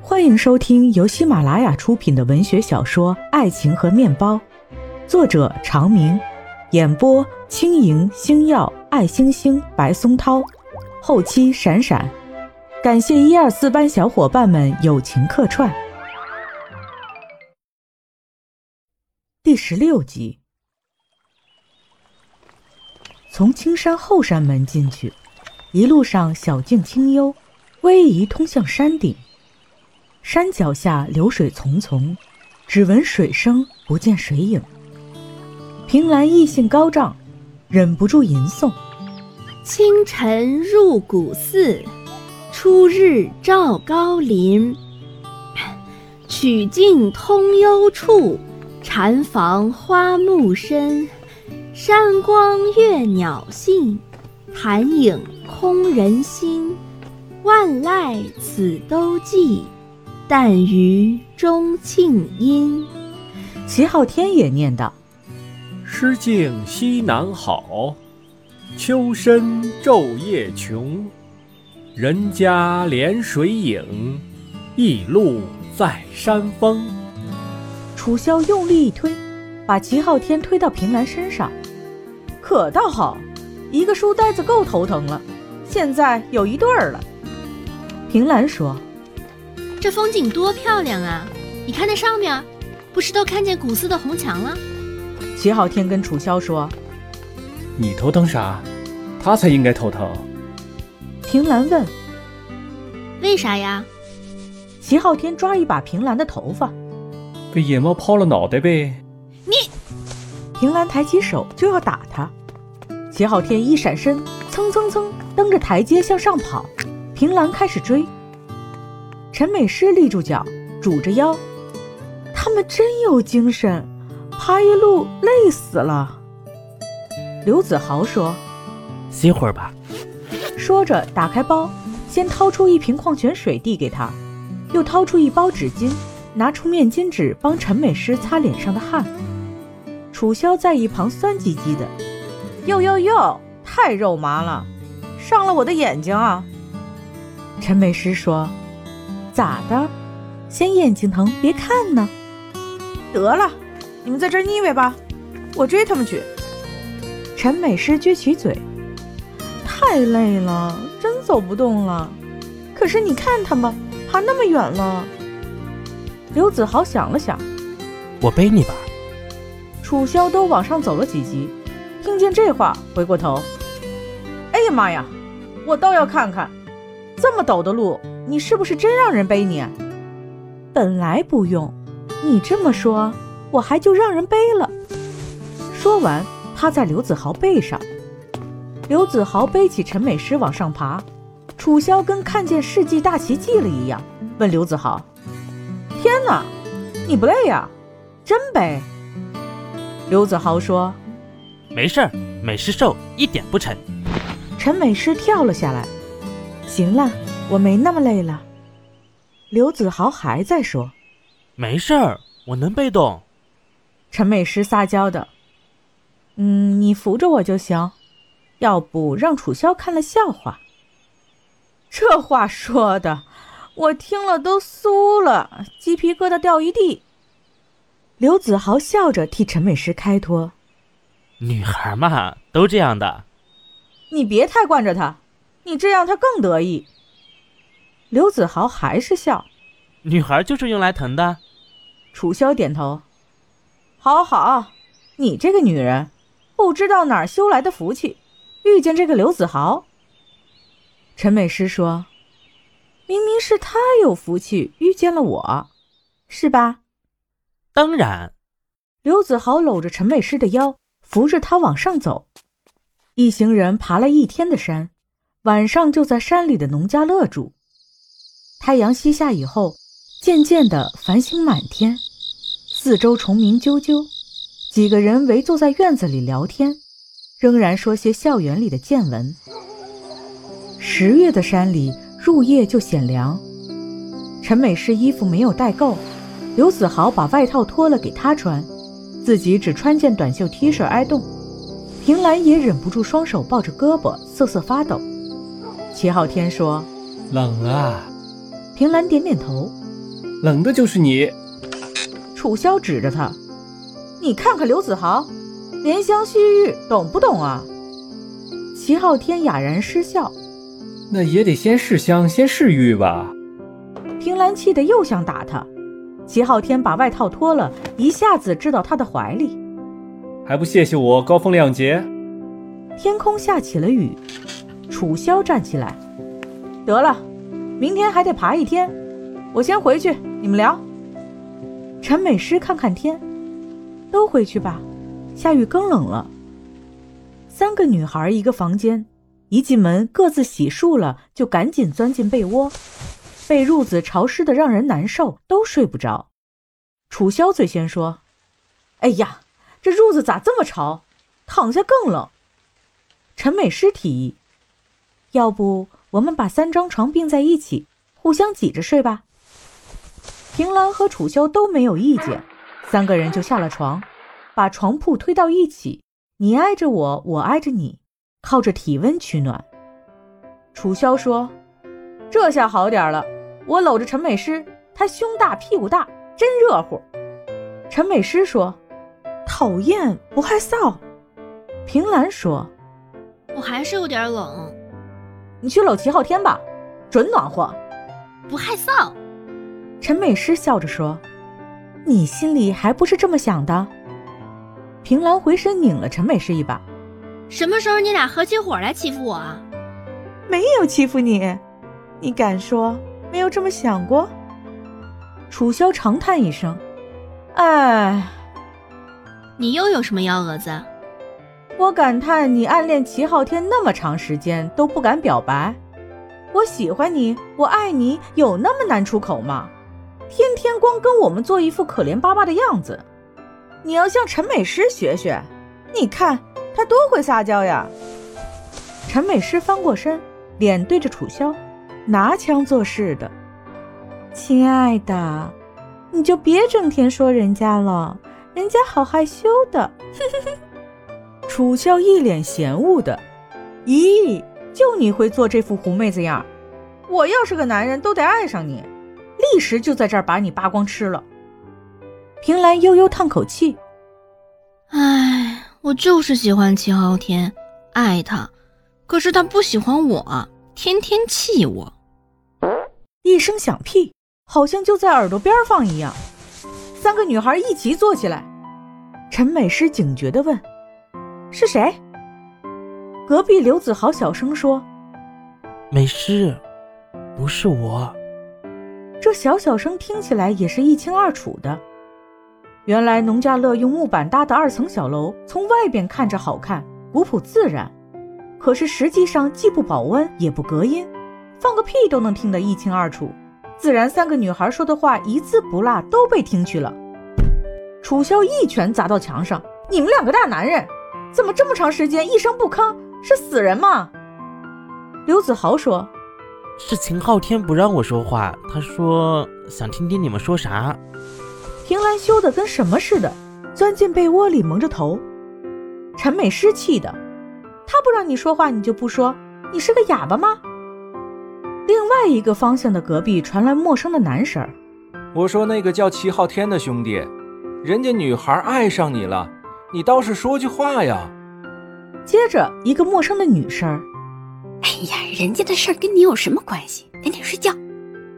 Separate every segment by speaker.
Speaker 1: 欢迎收听由喜马拉雅出品的文学小说《爱情和面包》，作者长明，演播轻盈、星耀、爱星星、白松涛，后期闪闪。感谢一二四班小伙伴们友情客串。第十六集，从青山后山门进去，一路上小径清幽，逶迤通向山顶。山脚下流水淙淙，只闻水声不见水影。凭栏意兴高涨，忍不住吟诵：
Speaker 2: 清晨入古寺，初日照高林。 曲径通幽处，禅房花木深。山光悦鸟性，潭影空人心。万籁此都寂，但余钟磬音。
Speaker 1: 齐昊天也念道
Speaker 3: 诗境西南好，秋深昼夜穷。人家连水影，一路在山峰。：“
Speaker 1: 楚萧用力一推，把齐昊天推到凭栏身上。可倒好，一个书呆子够头疼了，现在有一对儿了。”凭栏说
Speaker 4: 这风景多漂亮啊！你看那上面儿，不是都看见古寺的红墙了？：“
Speaker 1: 齐昊天跟楚萧说。
Speaker 3: 你头疼啥？他才应该头疼。”
Speaker 1: 凭栏问
Speaker 4: 为啥呀？
Speaker 1: 齐昊天抓一把凭栏的头发，
Speaker 3: 被野猫抛了脑袋呗。
Speaker 1: 平兰抬起手就要打他，齐昊天一闪身，蹭蹭蹭蹬着台阶向上跑，平兰开始追。陈美诗立住脚，拄着腰，他们真有精神，爬一路累死了。刘子豪说
Speaker 5: 歇会儿吧。：“
Speaker 1: 说着打开包，先掏出一瓶矿泉水递给他，又掏出一包纸巾，拿出面巾纸帮陈美诗擦脸上的汗。楚萧在一旁酸唧唧的：“哟哟哟，太肉麻了，伤了我的眼睛啊！”陈美诗说：“咋的？嫌眼睛疼别看呢？得了，你们在这腻歪吧，我追他们去。”陈美诗撅起嘴，太累了，真走不动了。可是你看他们爬那么远了。刘子豪想了想，
Speaker 5: 我背你吧。
Speaker 1: 楚萧都往上走了几级，听见这话，回过头，哎呀妈呀，我倒要看看，这么陡的路，你是不是真让人背你？啊本来不用，你这么说，我还就让人背了。说完，趴在刘子豪背上，刘子豪背起陈美诗往上爬，楚萧跟看见世纪大奇迹了一样，问刘子豪：“天哪，你不累呀、真背？”刘子豪说
Speaker 5: 没事儿，美式瘦一点不沉。：“
Speaker 1: 陈美诗跳了下来。”行了，我没那么累了。刘子豪还在说，
Speaker 5: 没事儿，我能被动。
Speaker 1: 陈美诗撒娇的：“嗯，你扶着我就行，要不让楚萧看了笑话。”这话说的，我听了都酥了，鸡皮疙瘩掉一地。刘子豪笑着替陈美诗开脱
Speaker 5: 女孩嘛，都这样的。：“
Speaker 1: 你别太惯着他，你这样他更得意。”刘子豪还是笑，
Speaker 5: 女孩就是用来疼的。
Speaker 1: 楚萧点头：“好好，你这个女人，不知道哪儿修来的福气，遇见这个刘子豪。”陈美诗说：“明明是他有福气遇见了我，是吧
Speaker 5: 当然，？”
Speaker 1: 刘子豪搂着陈美诗的腰，扶着她往上走。一行人爬了一天的山，晚上就在山里的农家乐住。太阳西下以后，渐渐的繁星满天，四周虫鸣啾啾，几个人围坐在院子里聊天，仍然说些校园里的见闻。十月的山里入夜就显凉，陈美是衣服没有带够，刘子豪把外套脱了给她穿，自己只穿件短袖 T 恤挨冻。平兰也忍不住双手抱着胳膊瑟瑟发抖。齐昊天说
Speaker 3: 冷啊！：“
Speaker 1: 平兰点点头，
Speaker 3: 冷的就是你。
Speaker 1: 楚萧指着他：“你看看刘子豪，怜香惜玉，懂不懂啊？”齐昊天哑然失笑，
Speaker 3: 那也得先试香，先试玉吧。
Speaker 1: 凭栏气得又想打他。齐昊天把外套脱了，一下子掷到他的怀里。
Speaker 3: 还不谢谢我高风亮节？
Speaker 1: 天空下起了雨，楚萧站起来：“得了，明天还得爬一天，我先回去，你们聊。”陈美诗看看天，都回去吧，下雨更冷了。三个女孩一个房间，一进门各自洗漱了，就赶紧钻进被窝。被褥子潮湿的让人难受，都睡不着。楚萧最先说：“哎呀，这褥子咋这么潮？躺下更冷。”陈美诗提议：“要不我们把三张床并在一起，互相挤着睡吧。”平兰和楚萧都没有意见，三个人就下了床，把床铺推到一起，你挨着我，我挨着你，靠着体温取暖。楚萧说：“这下好点了，我搂着陈美诗，她胸大屁股大，真热乎。”陈美诗说：“讨厌，不害臊。”平兰说
Speaker 4: 我还是有点冷，：“
Speaker 1: 你去搂齐昊天吧，准暖和。”
Speaker 4: 不害臊。
Speaker 1: 陈美诗笑着说：“你心里还不是这么想的。”平兰回身拧了陈美诗一把
Speaker 4: 什么时候你俩合起伙来欺负我啊？：“
Speaker 1: 没有欺负你，你敢说没有这么想过？”楚萧长叹一声：“哎，
Speaker 4: 你又有什么幺蛾子？
Speaker 1: 我感叹你暗恋齐昊天那么长时间都不敢表白，我喜欢你，我爱你，有那么难出口吗？天天光跟我们做一副可怜巴巴的样子，你要向陈美诗学学，你看她多会撒娇呀！陈美诗翻过身，脸对着楚萧，拿腔作势的：“亲爱的，你就别整天说人家了，人家好害羞的。”楚萧一脸嫌恶的：“咦，就你会做这副狐妹子样儿？我要是个男人，都得爱上你，立时就在这儿把你扒光吃了。”平兰悠悠叹口气，
Speaker 4: 唉，我就是喜欢齐昊天，爱他，可是他不喜欢我，天天气我。
Speaker 1: 一声响屁，好像就在耳朵边儿放一样。三个女孩一齐坐起来。陈美诗警觉地问：“是谁？”隔壁刘子豪小声说
Speaker 5: 美诗，不是我。：“
Speaker 1: 这小小声听起来也是一清二楚的。”原来农家乐用木板搭的二层小楼，从外边看着好看、古朴自然，可是实际上既不保温也不隔音，放个屁都能听得一清二楚。自然三个女孩说的话一字不落都被听去了。楚萧一拳砸到墙上：“你们两个大男人，怎么这么长时间一声不吭？是死人吗？”刘子豪说
Speaker 5: 是秦昊天不让我说话，他说想听听你们说啥。：“
Speaker 1: 平兰羞得跟什么似的，钻进被窝里蒙着头。”陈美诗气的：“他不让你说话，你就不说，你是个哑巴吗？”另外一个方向的隔壁传来陌生的男声儿。
Speaker 6: 我说那个叫齐昊天的兄弟，人家女孩爱上你了，你倒是说句话呀！
Speaker 1: 接着一个陌生的女声儿，
Speaker 7: 哎呀，人家的事儿跟你有什么关系？赶紧睡觉。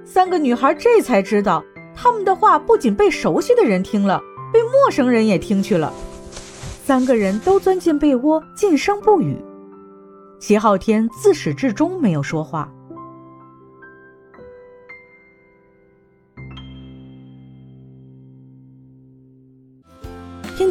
Speaker 1: 三个女孩这才知道，她们的话不仅被熟悉的人听了，被陌生人也听去了。三个人都钻进被窝，噤声不语。齐昊天自始至终没有说话。听